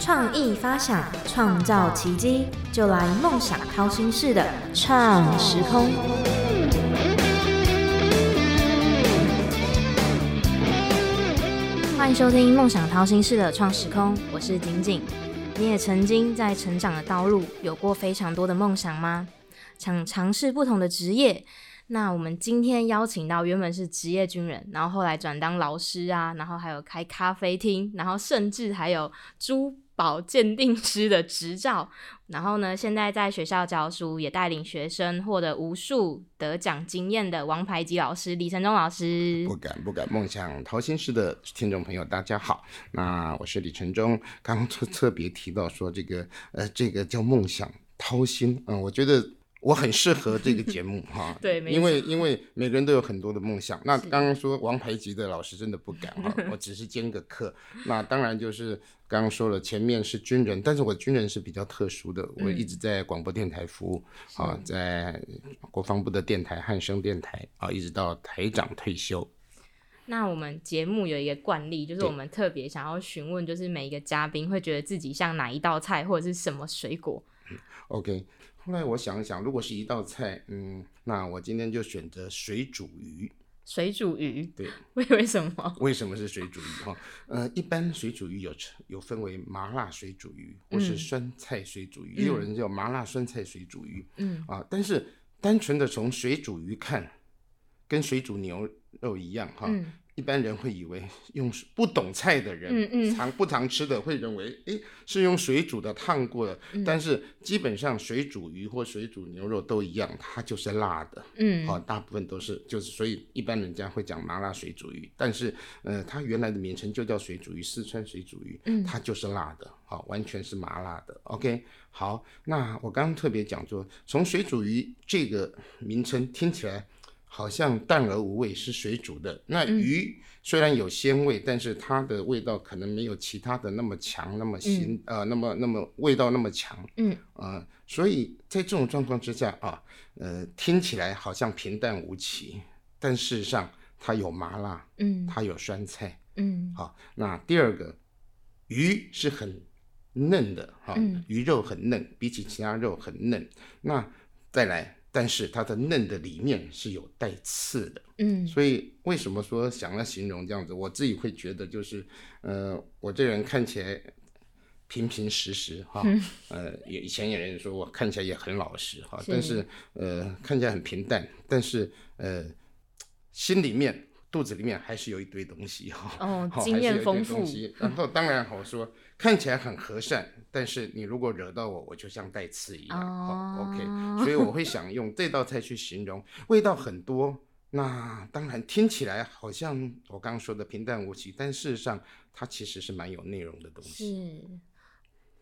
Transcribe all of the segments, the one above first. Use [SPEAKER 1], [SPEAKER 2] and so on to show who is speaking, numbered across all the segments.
[SPEAKER 1] 创意发想，创造奇迹，就来梦想掏心式的创时空。欢迎收听《梦想掏心式的创时空》，我是景景。你也曾经在成长的道路有过非常多的梦想吗？想尝试不同的职业？那我们今天邀请到原本是职业军人，然后后来转当老师啊，然后还有开咖啡厅，然后甚至还有珠宝鉴定师的执照，然后呢，现在在学校教书，也带领学生获得无数得奖经验的王牌级老师李承忠老师。
[SPEAKER 2] 不敢不敢，梦想掏心式的听众朋友，大家好，那我是李承忠。刚刚特特别提到说这个，呃，这个叫梦想掏心，嗯、我觉得我很适合这个 节目哈。
[SPEAKER 1] 对没
[SPEAKER 2] 因为因为每个人都有很多的梦想。那刚刚说王牌级的老师真的不敢哈，我只是兼个课。那当然就是刚刚说了，前面是军人，但是我军人是比较特殊的，
[SPEAKER 1] 嗯
[SPEAKER 2] 我一直在广播电台服务啊，在国防部的电台汉声电台啊，一直到台长退休。
[SPEAKER 1] 那我们节目有一个惯例，就是我们特别想要询问，就是每一个嘉宾会觉得自己像哪一道菜或者是什么水果。
[SPEAKER 2] OK，后来我想一想，如果是一道菜，嗯，那我今天就选择水煮鱼。
[SPEAKER 1] 水煮鱼，
[SPEAKER 2] 对，
[SPEAKER 1] 为为什么？
[SPEAKER 2] 为什么是水煮鱼？哈，呃，一般水煮鱼有成有分为麻辣水煮鱼或是
[SPEAKER 1] 嗯
[SPEAKER 2] 酸菜水煮鱼，也有人叫麻辣酸菜水煮鱼
[SPEAKER 1] 嗯，
[SPEAKER 2] 啊。但是单纯的从水煮鱼看，跟水煮牛肉一样哈。
[SPEAKER 1] 嗯
[SPEAKER 2] 一般人会以为用水不懂菜的人，
[SPEAKER 1] 嗯嗯
[SPEAKER 2] 常不常吃的会认为，诶，是用水煮的烫过的。
[SPEAKER 1] 嗯
[SPEAKER 2] 但是基本上水煮鱼或水煮牛肉都一样，它就是辣的。
[SPEAKER 1] 嗯，
[SPEAKER 2] 好、大部分都是就是，所以一般人家会讲麻辣水煮鱼，但是呃，它原来的名称就叫水煮鱼，四川水煮鱼，
[SPEAKER 1] 嗯
[SPEAKER 2] 它就是辣的，好、完全是麻辣的。OK，好，那我刚刚特别讲说，从水煮鱼这个名称听起来好像淡而无味，是水煮的。那鱼虽然有鲜味，但是它的味道可能没有其他的那么强，那么鲜、呃，那么那么味道那么强。
[SPEAKER 1] 嗯，
[SPEAKER 2] 呃，所以在这种状况之下啊，呃，听起来好像平淡无奇，但事实上它有麻辣，
[SPEAKER 1] 嗯
[SPEAKER 2] 它有酸菜。
[SPEAKER 1] 嗯
[SPEAKER 2] 好、那第二个，鱼是很嫩的哈、
[SPEAKER 1] 嗯
[SPEAKER 2] 鱼肉很嫩，比起其他肉很嫩。那再来，但是它的嫩的里面是有带刺的。
[SPEAKER 1] 嗯
[SPEAKER 2] 所以为什么说想要形容这样子，我自己会觉得就是，呃，我这人看起来平平实实哈，
[SPEAKER 1] 嗯
[SPEAKER 2] 呃，也以前有人说我看起来也很老实哈，
[SPEAKER 1] 是
[SPEAKER 2] 但是呃看起来很平淡，但是呃心里面肚子里面还是有一堆东西哈。
[SPEAKER 1] 哦
[SPEAKER 2] 好，
[SPEAKER 1] 经
[SPEAKER 2] 还是有
[SPEAKER 1] 验
[SPEAKER 2] 一
[SPEAKER 1] 丰
[SPEAKER 2] 堆东
[SPEAKER 1] 富，
[SPEAKER 2] 西。然后当然我说看起来很和善，但是你如果惹到我，我就像带刺一样。好
[SPEAKER 1] 哦
[SPEAKER 2] OK，所以我会想用这道菜去形容，味道很多。那当然听起来好像我刚刚说的平淡无奇，但事实上它其实是蛮有内容的东西。
[SPEAKER 1] 是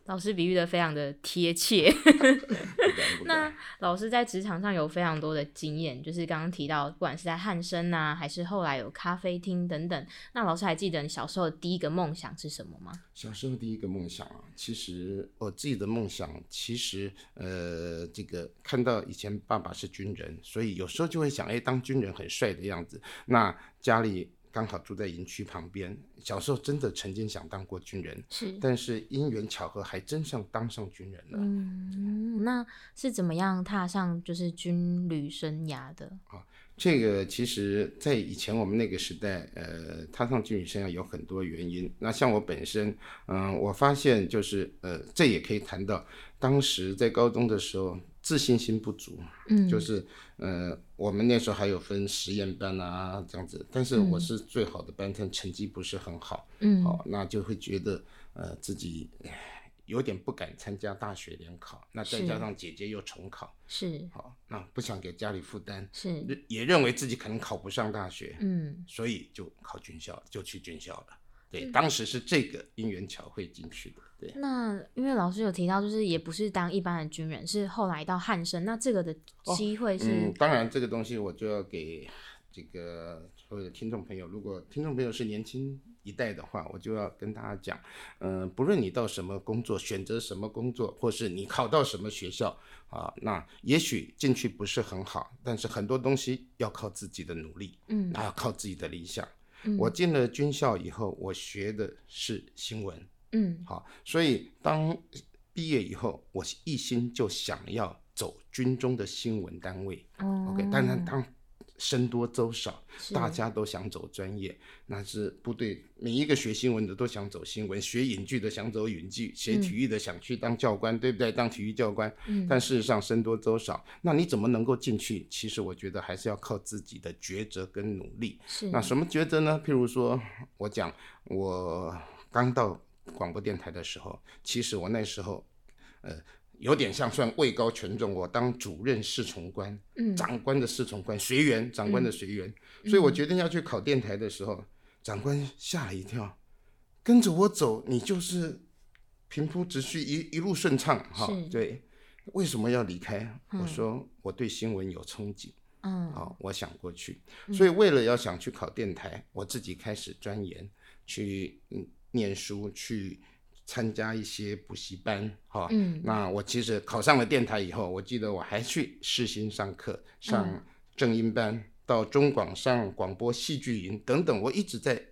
[SPEAKER 1] 老师比喻的非常的贴切。
[SPEAKER 2] 不敢不
[SPEAKER 1] 那
[SPEAKER 2] 敢
[SPEAKER 1] 老师在职场上有非常多的经验，就是刚刚提到，不管是在汉声啊，还是后来有咖啡厅等等。那老师还记得你小时候的第一个梦想是什么吗？
[SPEAKER 2] 小时候第一个梦想啊，其实我自己的梦想，其实呃，这个看到以前爸爸是军人，所以有时候就会想，哎，当军人很帅的样子。那家里刚好住在营区旁边，小时候真的曾经想当过军人，
[SPEAKER 1] 是，
[SPEAKER 2] 但是因缘巧合，还真上当上军人了。
[SPEAKER 1] 嗯，那是怎么样踏上就是军旅生涯的？
[SPEAKER 2] 这个其实，在以前我们那个时代，呃，踏上军旅生涯有很多原因。那像我本身，嗯、我发现就是，呃，这也可以谈到当时在高中的时候，自信心不足，
[SPEAKER 1] 嗯，
[SPEAKER 2] 就是呃，我们那时候还有分实验班啊这样子，但是我是最好的班，但成绩不是很好，
[SPEAKER 1] 嗯
[SPEAKER 2] 好、那就会觉得呃自己唉有点不敢参加大学联考，那再
[SPEAKER 1] 是
[SPEAKER 2] 加上姐姐又重考，
[SPEAKER 1] 是
[SPEAKER 2] 好、那不想给家里负担，
[SPEAKER 1] 是，
[SPEAKER 2] 也认为自己可能考不上大学，
[SPEAKER 1] 嗯
[SPEAKER 2] 所以就考军校，就去军校了。对，当时是这个因缘巧会进去的，对。
[SPEAKER 1] 那因为老师有提到，就是也不是当一般的军人，是后来到汉生，那这个的机会是
[SPEAKER 2] 嗯，当然这个东西我就要给这个所有的听众朋友，如果听众朋友是年轻一代的话，我就要跟大家讲，嗯、不论你到什么工作，选择什么工作，或是你考到什么学校啊，那也许进去不是很好，但是很多东西要靠自己的努力，啊
[SPEAKER 1] 嗯
[SPEAKER 2] 还要靠自己的理想。
[SPEAKER 1] 嗯
[SPEAKER 2] 我进了军校以后，我学的是新闻，
[SPEAKER 1] 嗯
[SPEAKER 2] 好，所以当毕业以后，我是一心就想要走军中的新闻单位。
[SPEAKER 1] 哦
[SPEAKER 2] OK，当然当僧多粥少，
[SPEAKER 1] 是
[SPEAKER 2] 大家都想走专业，那是部队每一个学新闻的都想走新闻，学影剧的想走影剧，学体育的想去当教官，对不对？当体育教官，
[SPEAKER 1] 嗯
[SPEAKER 2] 但事实上僧多粥少，那你怎么能够进去？其实我觉得还是要靠自己的抉择跟努力。
[SPEAKER 1] 是
[SPEAKER 2] 那什么抉择呢？譬如说，我讲我刚到广播电台的时候，其实我那时候，呃，有点像算位高权重，我当主任侍从官，
[SPEAKER 1] 嗯
[SPEAKER 2] 长官的侍从官，学员，长官的学员，所以我决定要去考电台的时候，长官吓了一跳，跟着我走，你就是平铺直叙，一一路顺畅哈
[SPEAKER 1] 是。
[SPEAKER 2] 对，为什么要离开？我说我对新闻有憧憬。
[SPEAKER 1] 嗯
[SPEAKER 2] 好、啊我想过去，所以为了要想去考电台，我自己开始钻研，去嗯念书，去参加一些补习班，哈、
[SPEAKER 1] 嗯
[SPEAKER 2] 那我其实考上了电台以后，我记得我还去世新上课，
[SPEAKER 1] 嗯
[SPEAKER 2] 上正音班，到中广上广播戏剧营等等，我一直在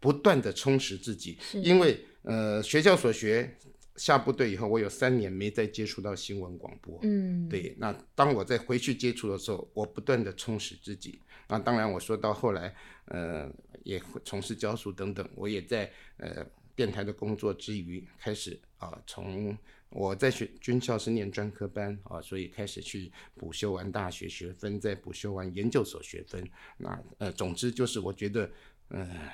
[SPEAKER 2] 不断的充实自己，
[SPEAKER 1] 是
[SPEAKER 2] 因为呃学校所学。下部队以后，我有三年没再接触到新闻广播，
[SPEAKER 1] 嗯
[SPEAKER 2] 对，那当我再回去接触的时候，我不断的充实自己。那当然，我说到后来，呃，也会从事教书等等，我也在呃电台的工作之余，开始啊、从我在学军校是念专科班啊、所以开始去补修完大学学分，再补修完研究所学分。那呃，总之就是我觉得，呃，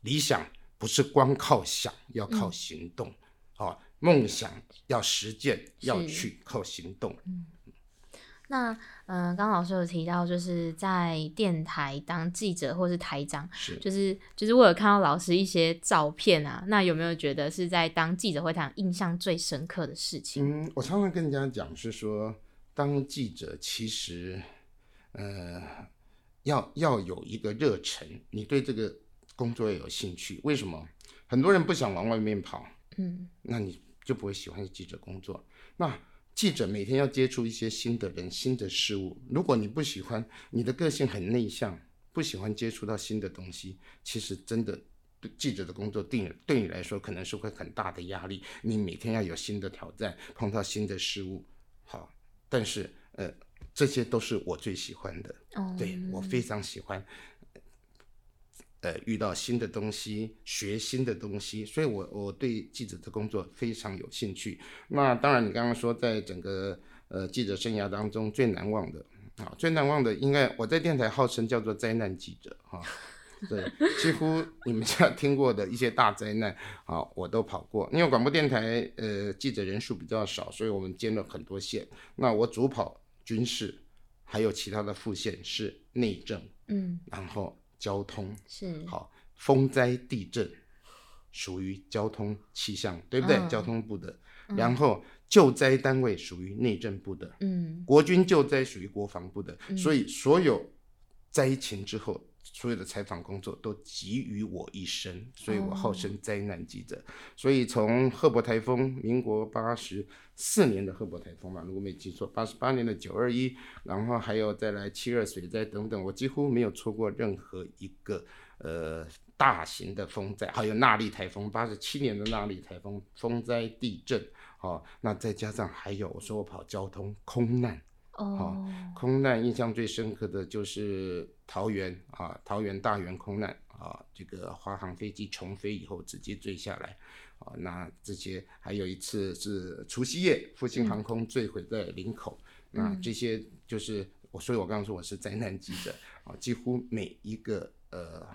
[SPEAKER 2] 理想不是光靠想，要
[SPEAKER 1] 嗯
[SPEAKER 2] 靠行动。好、梦想要实践，要
[SPEAKER 1] 是
[SPEAKER 2] 去靠行动。
[SPEAKER 1] 那嗯，呃刚、老师有提到，就是在电台当记者或是台长，
[SPEAKER 2] 是
[SPEAKER 1] 就是就是我有看到老师一些照片啊，那有没有觉得是在当记者会堂印象最深刻的事情？
[SPEAKER 2] 嗯，我常常跟人家讲是说，当记者其实，呃，要要有一个热忱，你对这个工作要有兴趣。为什么？很多人不想往外面跑，
[SPEAKER 1] 嗯
[SPEAKER 2] 那你就不会喜欢记者工作。那记者每天要接触一些新的人、新的事物，如果你不喜欢，你的个性很内向，不喜欢接触到新的东西，其实真的。对记者的工作对你对你来说可能是会很大的压力，你每天要有新的挑战，碰到新的事物，好，但是呃，这些都是我最喜欢的，
[SPEAKER 1] 哦，
[SPEAKER 2] 对我非常喜欢，呃，遇到新的东西，学新的东西，所以我我对记者的工作非常有兴趣。那当然，你刚刚说在整个呃记者生涯当中最难忘的啊，最难忘的应该我在电台号称叫做灾难记者哈。对，几乎你们家听过的一些大灾难啊，我都跑过。因为广播电台呃记者人数比较少，所以我们兼了很多线。那我主跑军事，还有其他的副线是内政，
[SPEAKER 1] 嗯
[SPEAKER 2] 然后交通，
[SPEAKER 1] 是
[SPEAKER 2] 好，风灾、地震属于交通气象，对不对？
[SPEAKER 1] 嗯
[SPEAKER 2] 交通部的，然后救灾单位属于内政部的，
[SPEAKER 1] 嗯
[SPEAKER 2] 国军救灾属于国防部的，所以所有灾情之后。所有的采访工作都集于我一身，所以我号称灾难记者。所以从赫伯台风，民国八十四年的赫伯台风吧，如果没记错，八十八年的九二一，然后还有再来七二水灾等等，我几乎没有错过任何一个呃大型的风灾，还有纳利台风，八十七年的纳利台风、风灾、地震，哦，那再加上还有我说我跑交通空难，
[SPEAKER 1] 哦
[SPEAKER 2] 空难印象最深刻的就是桃园啊，桃园大园空难啊，这个华航飞机重飞以后直接坠下来啊。那这些还有一次是除夕夜，复兴航空坠毁在林口。那这些就是我，所以我刚刚说我是灾难记者啊，几乎每一个呃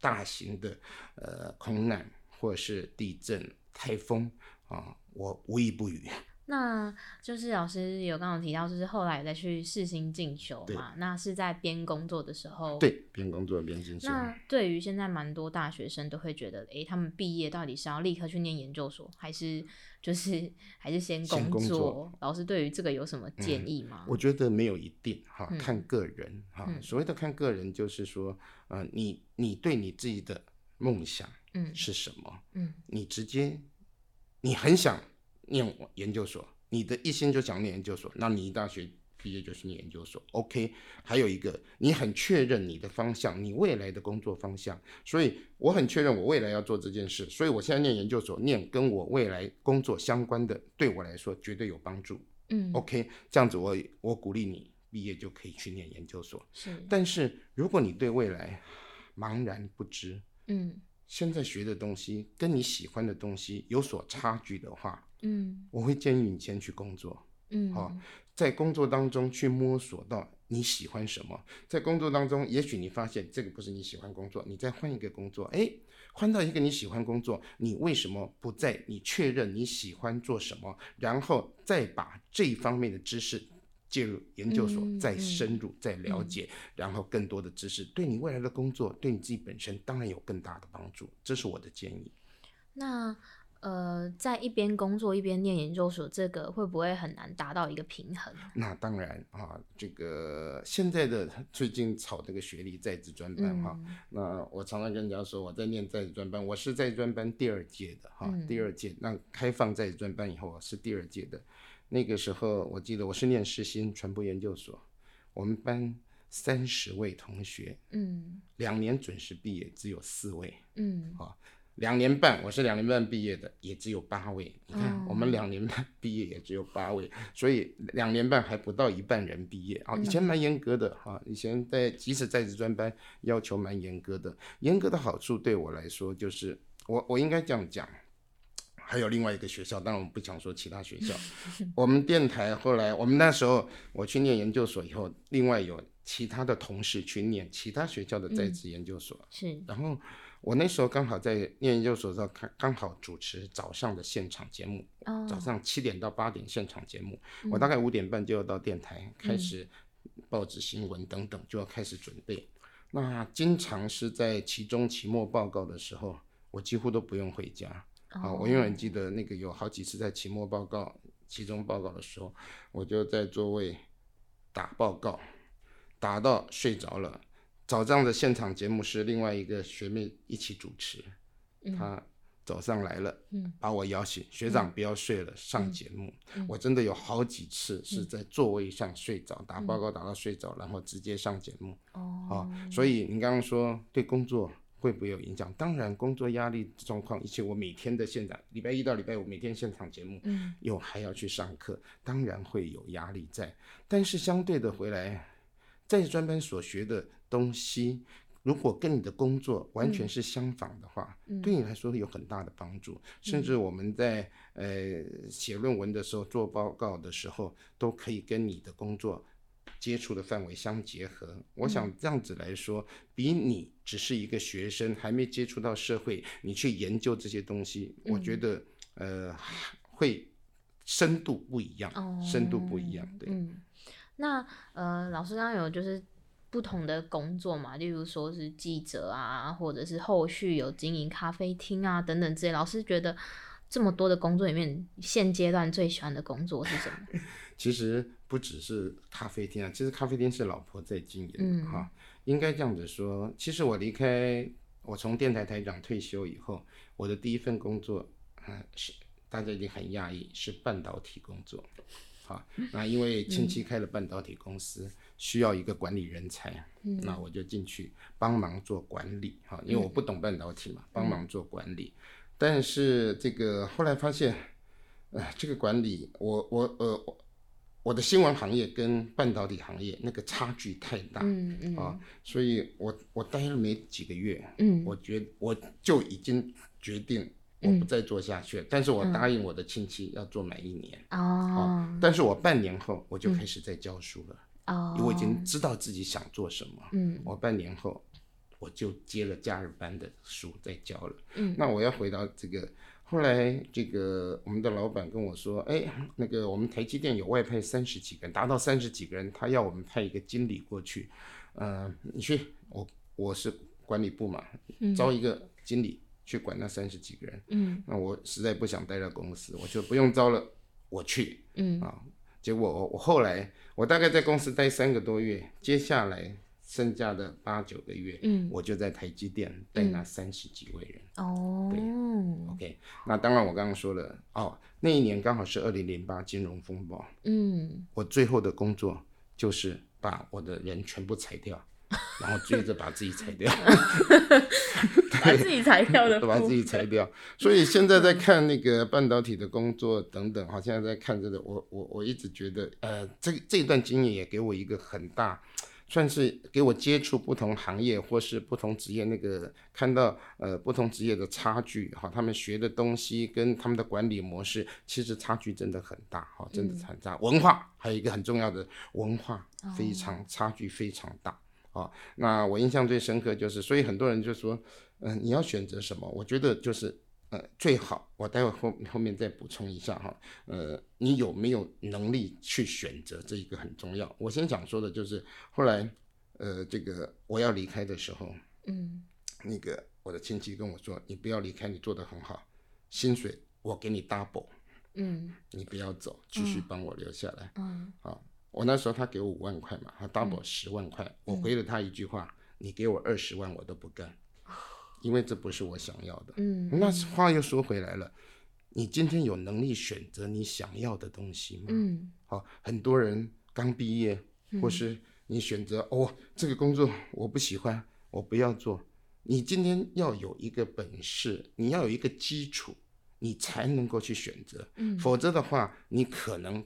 [SPEAKER 2] 大型的呃空难或是地震、台风啊，我无一不语。
[SPEAKER 1] 那就是老师有刚刚有提到，就是后来有再去世新进修
[SPEAKER 2] 对
[SPEAKER 1] 嘛，那是在边工作的时候，
[SPEAKER 2] 对，哦边工作边进修。
[SPEAKER 1] 那对于现在蛮多大学生都会觉得，诶，他们毕业到底是要立刻去念研究所，还是就是 还是先
[SPEAKER 2] 先
[SPEAKER 1] 工
[SPEAKER 2] 工作嗯
[SPEAKER 1] 老师对于这个有什么建议吗？
[SPEAKER 2] 我觉得没有一定哈
[SPEAKER 1] 嗯，
[SPEAKER 2] 看个人哈。
[SPEAKER 1] 嗯
[SPEAKER 2] 所谓的看个人，就是说，呃，你你对你自己的梦想
[SPEAKER 1] 嗯
[SPEAKER 2] 是什么？
[SPEAKER 1] 嗯
[SPEAKER 2] 你直接，你很想念研究所，你的一心就想念研究所，那你一大学毕业就去念研究所。OK，还有一个，你很确认你的方向，你未来的工作方向。所以我很确认我未来要做这件事，所以我现在念研究所，念跟我未来工作相关的，对我来说绝对有帮助。
[SPEAKER 1] 嗯
[SPEAKER 2] OK，这样子我我鼓励你毕业就可以去念研究所。
[SPEAKER 1] 是，
[SPEAKER 2] 但是如果你对未来茫然不知，
[SPEAKER 1] 嗯
[SPEAKER 2] 现在学的东西跟你喜欢的东西有所差距的话，
[SPEAKER 1] 嗯
[SPEAKER 2] 我会建议你先去工作。
[SPEAKER 1] 嗯，
[SPEAKER 2] 好在工作当中去摸索到你喜欢什么，在工作当中，也许你发现这个不是你喜欢工作，你再换一个工作，哎，换到一个你喜欢工作，你为什么不在你确认你喜欢做什么，然后再把这一方面的知识介入研究所，
[SPEAKER 1] 嗯
[SPEAKER 2] 再
[SPEAKER 1] 嗯
[SPEAKER 2] 深入、再了解，然后更多的知识对你未来的工作，对你自己本身当然有更大的帮助，这是我的建议。
[SPEAKER 1] 那呃，在一边工作一边念研究所，这个会不会很难达到一个平衡？
[SPEAKER 2] 那当然啊，这个现在的最近炒这个学历在职专班哈、
[SPEAKER 1] 嗯
[SPEAKER 2] 那我常常跟人家说，我在念在职专班，我是在职专班第二届的哈，
[SPEAKER 1] 嗯
[SPEAKER 2] 第二届那开放在职专班以后，我是第二届的。那个时候我记得我是念世新传播研究所，我们班三十位同学，
[SPEAKER 1] 嗯
[SPEAKER 2] 两年准时毕业只有四位，
[SPEAKER 1] 嗯
[SPEAKER 2] 两年半我是两年半毕业的，也只有八位。你看、
[SPEAKER 1] 哦
[SPEAKER 2] 我们两年半毕业也只有八位，所以两年半还不到一半人毕业啊、以前蛮严格的哈、以前在即使在职专班要求蛮严格的，严格的好处对我来说就是，我我应该这样讲。还有另外一个学校，当然我们不想说其他学校。我们电台后来，我们那时候我去念研究所以后，另外有其他的同事去念其他学校的在职研究所，
[SPEAKER 1] 是
[SPEAKER 2] 然后我那时候刚好在念研究所的时候，刚刚好主持早上的现场节目，
[SPEAKER 1] 哦嗯
[SPEAKER 2] 早上七点到八点现场节目，我大概五点半就要到电台开始报纸新闻等等就要开始准备。那经常是在期中、期末报告的时候，我几乎都不用回家。
[SPEAKER 1] 哦
[SPEAKER 2] 啊，我永远记得那个有好几次在期末报告、期中报告的时候，我就在座位打报告，打到睡着了。早上的现场节目是另外一个学妹一起主持，她早上来了，
[SPEAKER 1] 哦嗯
[SPEAKER 2] 把我摇醒，学长不要睡了，上节目。我真的有好几次是在座位上睡着，打报告打到睡着，然后直接上节目。
[SPEAKER 1] 哦
[SPEAKER 2] 啊，所以你刚刚说对工作会不会有影响？当然，工作压力状况，以及我每天的现场，礼拜一到礼拜五每天现场节目，
[SPEAKER 1] 嗯，
[SPEAKER 2] 又还要去上课，当然会有压力在。但是相对的回来，在专班所学的东西，如果跟你的工作完全是相仿的话，
[SPEAKER 1] 嗯
[SPEAKER 2] 对你来说有很大的帮助。甚至我们在呃写论文的时候、做报告的时候，都可以跟你的工作接触的范围相结合。我
[SPEAKER 1] 嗯
[SPEAKER 2] 想这样子来说，比你只是一个学生，还没接触到社会，你去研究这些东西，我
[SPEAKER 1] 嗯
[SPEAKER 2] 觉得呃会深度不一样，
[SPEAKER 1] 哦
[SPEAKER 2] 深度不一样，对。
[SPEAKER 1] 嗯，那呃，老师刚刚有就是不同的工作嘛，例如说是记者啊，或者是后续有经营咖啡厅啊等等之类。老师觉得这么多的工作里面，现阶段最喜欢的工作是什么？
[SPEAKER 2] 其实不只是咖啡厅啊，其实咖啡厅是老婆在经营
[SPEAKER 1] 嗯
[SPEAKER 2] 哈、应该这样子说。其实我离开我从电台台长退休以后，我的第一份工作，啊是大家一定很讶异，是半导体工作。啊，那因为亲戚开了半导体公司，需要一个管理人才，那
[SPEAKER 1] 嗯
[SPEAKER 2] 我就进去帮忙做管理哈，因为我不懂半导体嘛，
[SPEAKER 1] 嗯
[SPEAKER 2] 帮忙做管理。但是这个后来发现，呃，这个管理，我我呃，我我的新闻行业跟半导体行业那个差距太大，
[SPEAKER 1] 嗯嗯
[SPEAKER 2] 啊，所以我我待了没几个月，
[SPEAKER 1] 嗯
[SPEAKER 2] 我决我就已经决定我不再做下去了，但是我
[SPEAKER 1] 嗯
[SPEAKER 2] 答应我的亲戚要做满一年，
[SPEAKER 1] 哦
[SPEAKER 2] 但是我半年后我就开始在教书了，
[SPEAKER 1] 嗯哦，
[SPEAKER 2] 因为我已经知道自己想做什么，
[SPEAKER 1] 嗯
[SPEAKER 2] 我半年后我就接了假日班的书在教了。
[SPEAKER 1] 嗯，
[SPEAKER 2] 那我要回到这个，后来这个我们的老板跟我说，哎，那个我们台积电有外派三十几个人，达到三十几个人，他要我们派一个经理过去，呃，你去，我我是管理部嘛，招一个经理去管那三十几个人。
[SPEAKER 1] 嗯
[SPEAKER 2] 那我实在不想待在公司，我就不用招了，我去。
[SPEAKER 1] 嗯
[SPEAKER 2] 啊，结果我我后来我大概在公司待三个多月，接下来剩下的八九个月，
[SPEAKER 1] 嗯
[SPEAKER 2] 我就在台积电带那三十几位人。
[SPEAKER 1] 哦，
[SPEAKER 2] OK，那当然我刚刚说 了哦，那一年刚好是二零零八金融风暴，
[SPEAKER 1] 嗯
[SPEAKER 2] 我最后的工作就是把我的人全部裁掉，然后追着把自己裁掉，
[SPEAKER 1] 把自己裁掉的
[SPEAKER 2] 把自己裁掉。所以现在在看那个半导体的工作等等，哈，现在在看这个，我我我一直觉得，呃，这这段经验也给我一个很大。算是给我接触不同行业或是不同职业，那个看到呃不同职业的差距，哈，他们学的东西跟他们的管理模式，其实差距真的很大，哈，真
[SPEAKER 1] 嗯
[SPEAKER 2] 的很大。文化还有一个很重要的文化，非常差距非常大，啊、那我印象最深刻就是，所以很多人就说，嗯、你要选择什么？我觉得就是。呃，最好我待会后后面再补充一下哈。呃，你有没有能力去选择这一个很重要。我先想说的就是，后来呃，这个我要离开的时候，
[SPEAKER 1] 嗯，
[SPEAKER 2] 那个我的亲戚跟我说，你不要离开，你做得很好，薪水我给你 double，
[SPEAKER 1] 嗯
[SPEAKER 2] 你不要走，继续帮我留下来。
[SPEAKER 1] 嗯
[SPEAKER 2] 我那时候他给我五万块嘛，他 double 十万块，我回了他一句话，你给我二十万我都不干，因为这不是我想要的。
[SPEAKER 1] 嗯
[SPEAKER 2] 那话又说回来了，你今天有能力选择你想要的东西吗？
[SPEAKER 1] 嗯
[SPEAKER 2] 好，很多人刚毕业，或是你选择、哦，这个工作我不喜欢，我不要做。你今天要有一个本事，你要有一个基础，你才能够去选择。
[SPEAKER 1] 嗯
[SPEAKER 2] 否则的话，你可能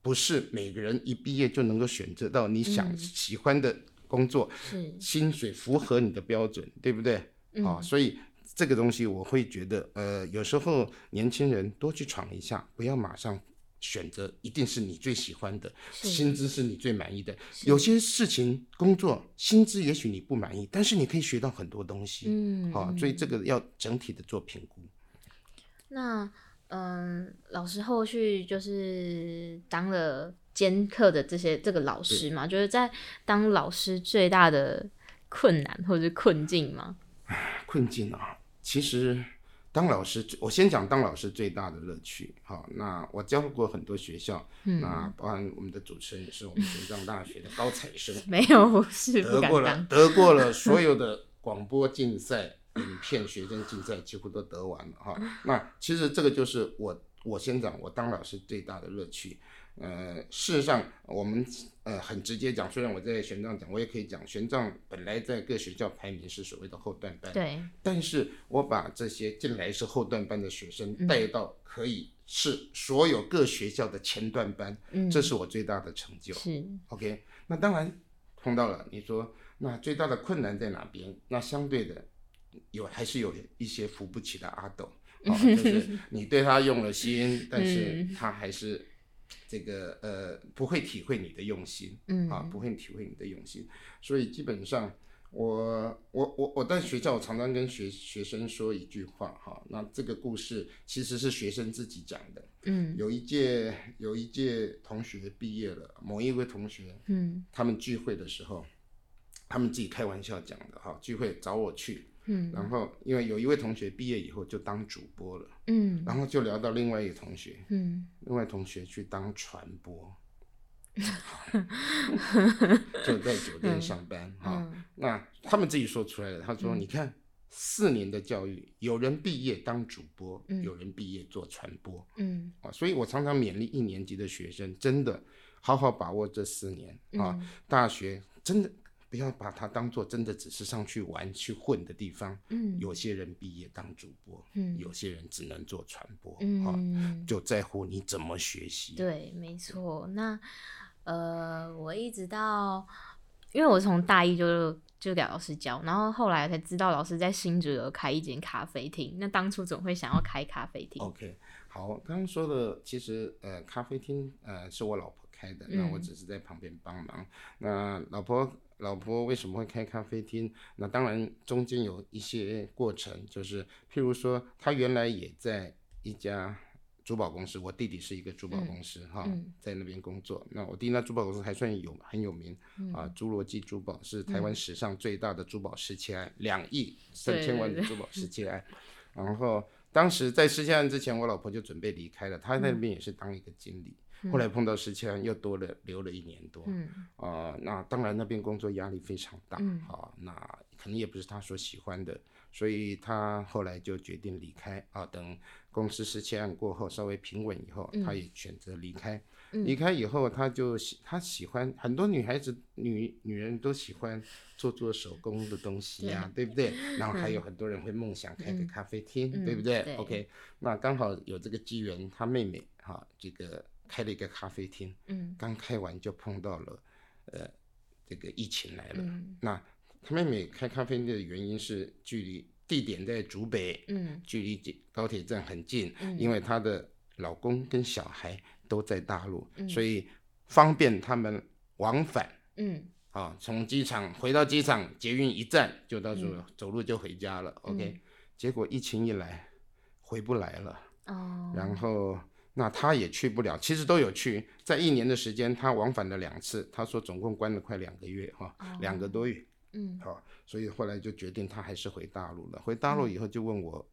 [SPEAKER 2] 不是每个人一毕业就能够选择到你想
[SPEAKER 1] 嗯
[SPEAKER 2] 喜欢的工作，
[SPEAKER 1] 是
[SPEAKER 2] 薪水符合你的标准，对不对？
[SPEAKER 1] 嗯
[SPEAKER 2] 啊，所以这个东西我会觉得，呃，有时候年轻人多去闯一下，不要马上选择一定是你最喜欢的，
[SPEAKER 1] 是
[SPEAKER 2] 薪资是你最满意的。有些事情工作薪资也许你不满意，但是你可以学到很多东西。
[SPEAKER 1] 嗯
[SPEAKER 2] 啊，
[SPEAKER 1] 嗯
[SPEAKER 2] 所以这个要整体的做评估。
[SPEAKER 1] 那嗯，老师后续就是当了兼课的这些这个老师嘛，就是在当老师最大的困难或者是困境嘛。
[SPEAKER 2] 困境啊，其实当老师，我先讲当老师最大的乐趣。好，那我教过很多学校，
[SPEAKER 1] 嗯
[SPEAKER 2] 那包含我们的主持人也是我们玄奘大学的高材生，
[SPEAKER 1] 没有，不是不
[SPEAKER 2] 得过
[SPEAKER 1] 敢
[SPEAKER 2] 了
[SPEAKER 1] 当。
[SPEAKER 2] 得过了所有的广播竞赛、影片学生竞赛，几乎都得完了哈。那其实这个就是我我先讲我当老师最大的乐趣。呃，事实上，我们呃很直接讲，虽然我在玄奘讲，我也可以讲，玄奘本来在各学校排名是所谓的后段班，
[SPEAKER 1] 对，
[SPEAKER 2] 但是我把这些进来是后段班的学生
[SPEAKER 1] 嗯
[SPEAKER 2] 带到可以是所有各学校的前段班，
[SPEAKER 1] 嗯，
[SPEAKER 2] 这是我最大的成就。
[SPEAKER 1] 是
[SPEAKER 2] OK，那当然碰到了，你说那最大的困难在哪边？那相对的有还是有一些扶不起的阿斗， 哦，就是你对他用了心，但是
[SPEAKER 1] 嗯
[SPEAKER 2] 他还是这个呃不会体会你的用心，
[SPEAKER 1] 嗯
[SPEAKER 2] 啊，不会体会你的用心，所以基本上。我我我我在学校，我常常跟学学生说一句话哈，那这个故事其实是学生自己讲的，
[SPEAKER 1] 嗯
[SPEAKER 2] 有一届有一届同学毕业了，某一位同学，
[SPEAKER 1] 嗯
[SPEAKER 2] 他们聚会的时候，他们自己开玩笑讲的哈，聚会找我去，
[SPEAKER 1] 嗯
[SPEAKER 2] 然后因为有一位同学毕业以后就当主播了，
[SPEAKER 1] 嗯
[SPEAKER 2] 然后就聊到另外一个同学，
[SPEAKER 1] 嗯，
[SPEAKER 2] 另外同学去当传播， 就在酒店上班哈、
[SPEAKER 1] 嗯
[SPEAKER 2] 那他们自己说出来的，他说：“你看，四年的教育，有人毕业当主播，
[SPEAKER 1] 嗯
[SPEAKER 2] 有人毕业做传播。
[SPEAKER 1] 嗯
[SPEAKER 2] 啊，所以我常常勉励一年级的学生，真的好好把握这四年啊，
[SPEAKER 1] 嗯
[SPEAKER 2] 大学真的不要把它当做真的只是上去玩去混的地方。
[SPEAKER 1] 嗯
[SPEAKER 2] 有些人毕业当主播，
[SPEAKER 1] 嗯
[SPEAKER 2] 有些人只能做传播，啊，
[SPEAKER 1] 嗯，
[SPEAKER 2] 就在乎你怎么学习。
[SPEAKER 1] 对，没错。那呃，我一直到，因为我从大一就就给老师教，然后后来才知道老师在新竹有开一间咖啡厅。那当初总会想要开咖啡厅。
[SPEAKER 2] OK，好，刚刚说的其实呃，咖啡厅呃是我老婆开的，那我
[SPEAKER 1] 嗯
[SPEAKER 2] 只是在旁边帮忙。那老婆老婆为什么会开咖啡厅？那当然中间有一些过程，就是譬如说她原来也在一家。珠宝公司，我弟弟是一个珠宝公司、哈
[SPEAKER 1] 嗯，
[SPEAKER 2] 在那边工作。那我弟那珠宝公司还算有很有名、
[SPEAKER 1] 嗯
[SPEAKER 2] 啊，侏罗纪珠宝是台湾史上最大的珠宝失窃案，两亿三千万的
[SPEAKER 1] 对对
[SPEAKER 2] 珠宝失窃案。然后当时在失窃案之前，我老婆就准备离开了，她在那边也是当一个经理。后来碰到失窃案，又多了留了一年多。
[SPEAKER 1] 嗯
[SPEAKER 2] 啊，那当然那边工作压力非常大，
[SPEAKER 1] 嗯
[SPEAKER 2] 啊，那可能也不是他所喜欢的，所以他后来就决定
[SPEAKER 1] 嗯
[SPEAKER 2] 离开啊。等公司失窃案过后稍微平稳以后，他也选择离开。离开以后，她就喜她喜欢很多女孩子女女人都喜欢做做手工的东西呀、对不对？然后 还有很多人会梦想开个咖啡厅，
[SPEAKER 1] 嗯
[SPEAKER 2] 对不对
[SPEAKER 1] 对
[SPEAKER 2] o k 那刚好有这个机缘，她妹妹哈、这个开了一个咖啡厅，
[SPEAKER 1] 嗯
[SPEAKER 2] 刚开完就碰到了呃这个疫情来了。
[SPEAKER 1] 嗯
[SPEAKER 2] 那她妹妹开咖啡店的原因是距离地点在竹北，
[SPEAKER 1] 嗯
[SPEAKER 2] 距离这高铁站很近，
[SPEAKER 1] 嗯
[SPEAKER 2] 因为她的老公跟小孩都在大陆，
[SPEAKER 1] 嗯
[SPEAKER 2] 所以方便他们往返
[SPEAKER 1] 嗯
[SPEAKER 2] 啊，从机场回到机场，捷运一站就到走、
[SPEAKER 1] 嗯
[SPEAKER 2] 走路就回家了。OK，结果疫情一来，回不来了。
[SPEAKER 1] 哦，
[SPEAKER 2] 然后那他也去不了，其实都有去，在一年的时间，他往返了两次，他说总共关了快两个月哈、
[SPEAKER 1] 哦
[SPEAKER 2] 两个多月，
[SPEAKER 1] 嗯
[SPEAKER 2] 好、所以后来就决定他还是回大陆了。回大
[SPEAKER 1] 嗯
[SPEAKER 2] 陆以后就问我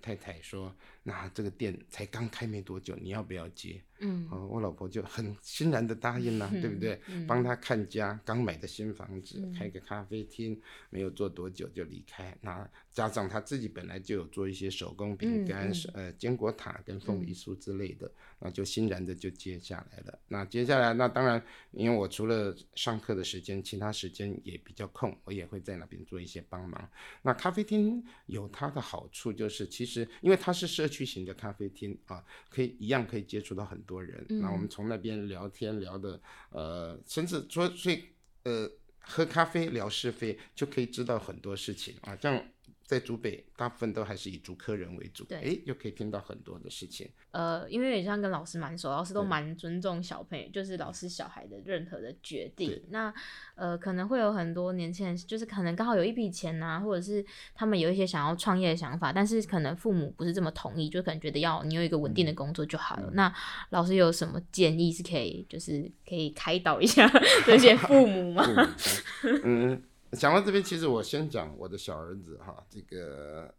[SPEAKER 2] 太太说，那这个店才刚开没多久，你要不要接？
[SPEAKER 1] 嗯
[SPEAKER 2] 哦，我老婆就很欣然的答应了、对不对？
[SPEAKER 1] 嗯
[SPEAKER 2] 帮他看家，刚买的新房子，
[SPEAKER 1] 嗯
[SPEAKER 2] 开个咖啡厅，没有做多久就离开。那加上他自己本来就有做一些手工饼
[SPEAKER 1] 嗯
[SPEAKER 2] 干、
[SPEAKER 1] 嗯嗯
[SPEAKER 2] 是呃坚果塔跟凤梨酥之类的，那就欣然的就接下来了。那接下来，那当然，因为我除了上课的时间，其他时间也比较空，我也会在那边做一些帮忙。那咖啡厅有它的好处，就是其实因为它是社区型的咖啡厅啊，可以一样可以接触到很多人。那我们从那边聊天聊的，呃，甚至说所以呃，喝咖啡聊是非，就可以知道很多事情啊。像在竹北，大部分都还是以竹科人为主，
[SPEAKER 3] 对
[SPEAKER 2] 诶，又可以听到很多的事情。
[SPEAKER 3] 呃，因为也像跟老师蛮熟，老师都
[SPEAKER 2] 对
[SPEAKER 3] 蛮尊重小朋友，就是老师小孩的任何的决定
[SPEAKER 2] 对。
[SPEAKER 3] 那呃，可能会有很多年轻人，就是可能刚好有一笔钱呐、或者是他们有一些想要创业的想法，但是可能父母不是这么同意，就可能觉得要你有一个稳定
[SPEAKER 2] 嗯
[SPEAKER 3] 的工作就好了。那老师有什么建议是可以，就是可以开导一下这些父母 吗？
[SPEAKER 2] 父母亲嗯，讲到这边，其实我先讲我的小儿子哈，这个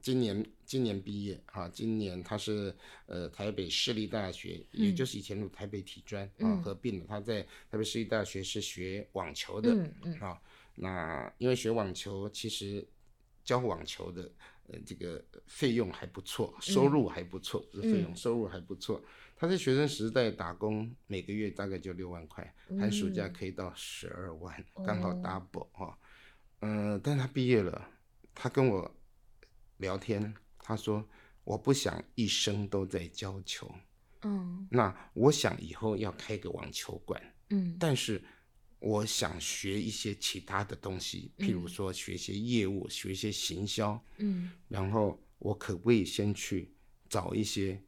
[SPEAKER 2] 今年今年毕业哈，今年他是呃台北市立大学，也
[SPEAKER 3] 嗯
[SPEAKER 2] 就是以前的台北体专啊
[SPEAKER 3] 嗯
[SPEAKER 2] 合并了，他在台北市立大学是学网球的，
[SPEAKER 3] 嗯嗯
[SPEAKER 2] 啊，那因为学网球，其实教网球的呃这个费用还不错，收入还不错，不是费用，收入还不错。他在学生时代打工，每个月大概就六万块，寒暑假可以到十二万，刚好
[SPEAKER 3] 哦
[SPEAKER 2] double 哈、嗯、但他毕业了，他跟我聊天，他说我不想一生都在教球，
[SPEAKER 3] 嗯
[SPEAKER 2] 那我想以后要开个网球馆。
[SPEAKER 3] 嗯
[SPEAKER 2] 但是我想学一些其他的东西，譬如
[SPEAKER 3] 嗯
[SPEAKER 2] 说学一些业务，学一些行销，
[SPEAKER 3] 嗯
[SPEAKER 2] 然后我可不可以先去找一些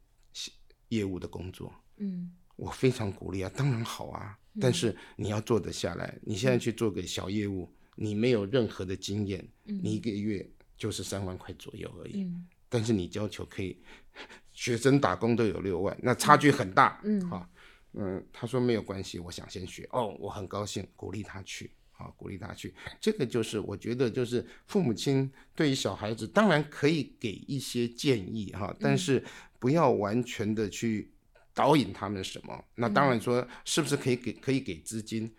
[SPEAKER 2] 业务的工作？
[SPEAKER 3] 嗯
[SPEAKER 2] 我非常鼓励啊，当然好啊，但是你要做得下来。你现在去做个小业务，你没有任何的经验，你一个月就是三万块左右而已。
[SPEAKER 3] 嗯
[SPEAKER 2] 但是你要求可以， 学生打工都有六万，那差距很大。
[SPEAKER 3] 嗯
[SPEAKER 2] 好、嗯，他说没有关系，我想先学。哦，我很高兴，鼓励他去。好，鼓励他去。这个就是我觉得，就是父母亲对于小孩子，当然可以给一些建议
[SPEAKER 3] 嗯
[SPEAKER 2] 哈，但是不要完全的去导引他们什么。那当然说，是不是可以给可以给资金？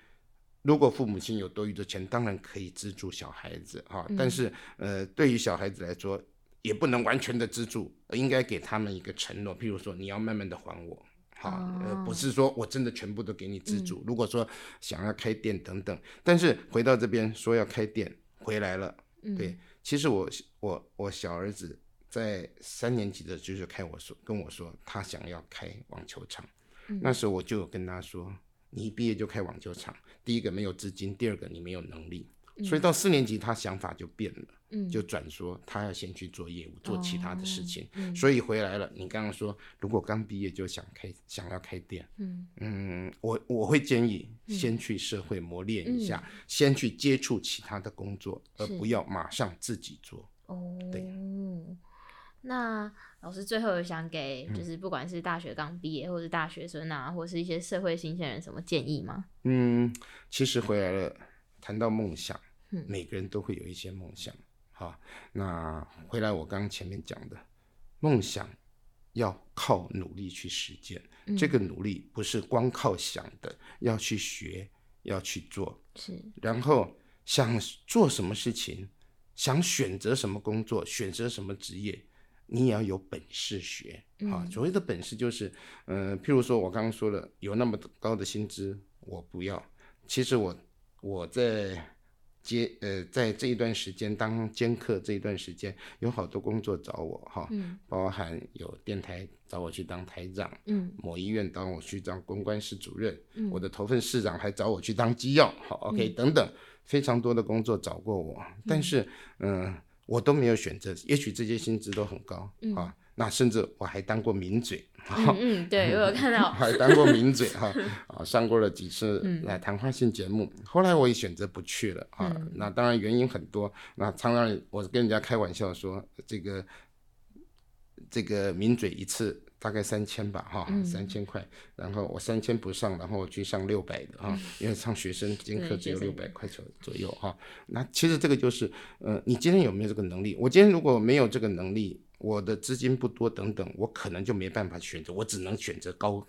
[SPEAKER 2] 如果父母亲有多余的钱，当然可以资助小孩子哈、
[SPEAKER 3] 嗯
[SPEAKER 2] 但是呃，对于小孩子来说，也不能完全的资助，应该给他们一个承诺，譬如说你要慢慢的还我，好、呃，不是说我真的全部都给你资助。如果说想要开店等等，但是回到这边说要开店，回来了，
[SPEAKER 3] 嗯
[SPEAKER 2] 对，其实我我我小儿子在三年级的就是开我说跟我说他想要开网球场，
[SPEAKER 3] 嗯
[SPEAKER 2] 那时候我就有跟他说，你一毕业就开网球场，第一个没有资金，第二个你没有能力，
[SPEAKER 1] 嗯
[SPEAKER 2] 所以到四年级他想法就变了。
[SPEAKER 3] 嗯
[SPEAKER 2] 就转说他要先去做业务，做其他的事情，
[SPEAKER 3] 嗯
[SPEAKER 2] 所以回来了。你刚刚说，如果刚毕业就想开，想要开店，
[SPEAKER 3] 嗯
[SPEAKER 2] 嗯，我我会建议先去社会磨练一下，先去接触其他的工作，而
[SPEAKER 3] 嗯是
[SPEAKER 2] 不要马上自己做。
[SPEAKER 3] 哦，
[SPEAKER 2] 对
[SPEAKER 3] 那老师最后有想给，
[SPEAKER 2] 嗯
[SPEAKER 3] 就是不管是大学刚毕业，或是大学生啊，或是一些社会新鲜人，什么建议吗？
[SPEAKER 2] 嗯，其实回来了，谈到梦想
[SPEAKER 3] 嗯，
[SPEAKER 2] 每个人都会有一些梦想。好，那回来我刚刚前面讲的，梦想要靠努力去实践，
[SPEAKER 1] 嗯
[SPEAKER 2] 这个努力不是光靠想的，要去学，要去做。
[SPEAKER 3] 是，
[SPEAKER 2] 然后想做什么事情，想选择什么工作，选择什么职业，你也要有本事学啊。所谓的本事就是，呃，譬如说我刚刚说了，有那么高的薪资，我不要。其实我我在接呃在这一段时间当兼课这一段时间，有好多工作找我哈，
[SPEAKER 3] 嗯
[SPEAKER 2] 包含有电台找我去当台长，
[SPEAKER 3] 嗯
[SPEAKER 2] 某医院当我去当公关室主任，
[SPEAKER 3] 嗯
[SPEAKER 2] 我的头份市长还找我去当机要，好，OK，、等等，非常多的工作找过我，但是，嗯、我都没有选择，也许这些薪资都很高、啊，那甚至我还当过名嘴，
[SPEAKER 3] 嗯嗯， 对我有看到，
[SPEAKER 2] 还当过名嘴 哈，啊，上过了几次来谈话性节目，
[SPEAKER 3] 嗯
[SPEAKER 2] 后来我也选择不去了啊，那当然原因很多，那常常我跟人家开玩笑说这个。这个名嘴一次大概三千吧，哈、
[SPEAKER 3] 嗯
[SPEAKER 2] 三千块。然后我三千不上，然后我去上六百的哈，因为上学生兼
[SPEAKER 3] 嗯
[SPEAKER 2] 课
[SPEAKER 3] 对
[SPEAKER 2] 只有
[SPEAKER 3] 学
[SPEAKER 2] 六
[SPEAKER 3] 生
[SPEAKER 2] 百块左左右哈。那其实这个就是，呃，你今天有没有这个能力？我今天如果没有这个能力，我的资金不多等等，我可能就没办法选择，我只能选择高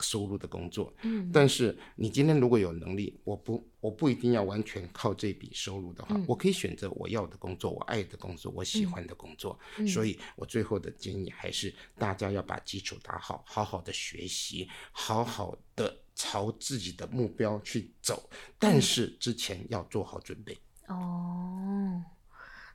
[SPEAKER 2] 收入的工作。嗯，但是你今天如果有能力，我不我不一定要完全靠这笔收入的话，
[SPEAKER 3] 嗯
[SPEAKER 2] 我可以选择我要的工作，我爱的工作，我喜欢的工作。
[SPEAKER 3] 嗯
[SPEAKER 1] 嗯
[SPEAKER 2] 所以我最后的建议还是大家要把基础打好，好好的学习，好好的朝自己的目标去走，但是之前要做好准备。
[SPEAKER 3] 哦，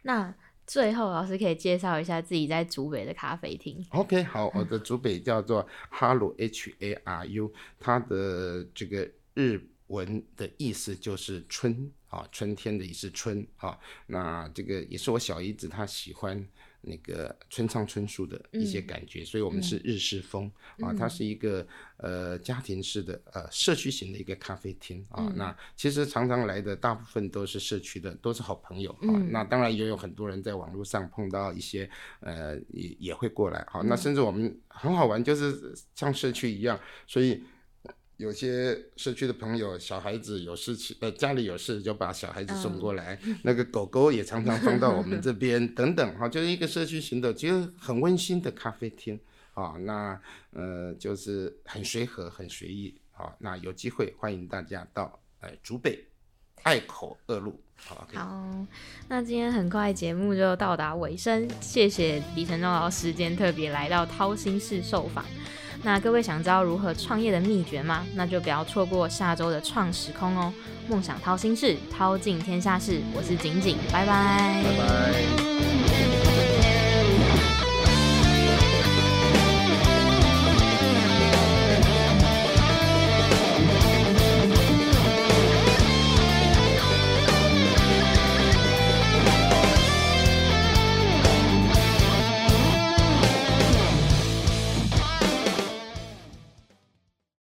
[SPEAKER 3] 那最后老师可以介绍一下自己在竹北的咖啡厅。
[SPEAKER 2] OK，好，我的主北叫做哈鲁 H A R U，它的这个日文的意思就是春啊，春天的意思春啊。那这个也是我小姨子她喜欢那个村上春树的一些感觉，所以我们是日式风、啊，它是一个呃家庭式的呃社区型的一个咖啡厅啊。那其实常常来的大部分都是社区的，都是好朋友啊。那当然也有很多人在网络上碰到一些呃也也会过来哈、那甚至我们很好玩，就是像社区一样，所以有些社区的朋友，小孩子有事情，呃，家里有事就把小孩子送过来，那个狗狗也常常放到我们这边等等哈，就是一个社区型的，其实很温馨的咖啡厅啊、那呃就是很随和，很随意啊、那有机会欢迎大家到呃竹北隘口二路，好、o k
[SPEAKER 3] 好，那今天很快节目就到达尾声，谢谢李晨忠老师今天特别来到掏心室受访。那各位想知道如何创业的秘诀吗？那就不要错过下周的创时空哦！梦想掏心事，掏尽天下事。我是景景，拜拜
[SPEAKER 2] 拜拜。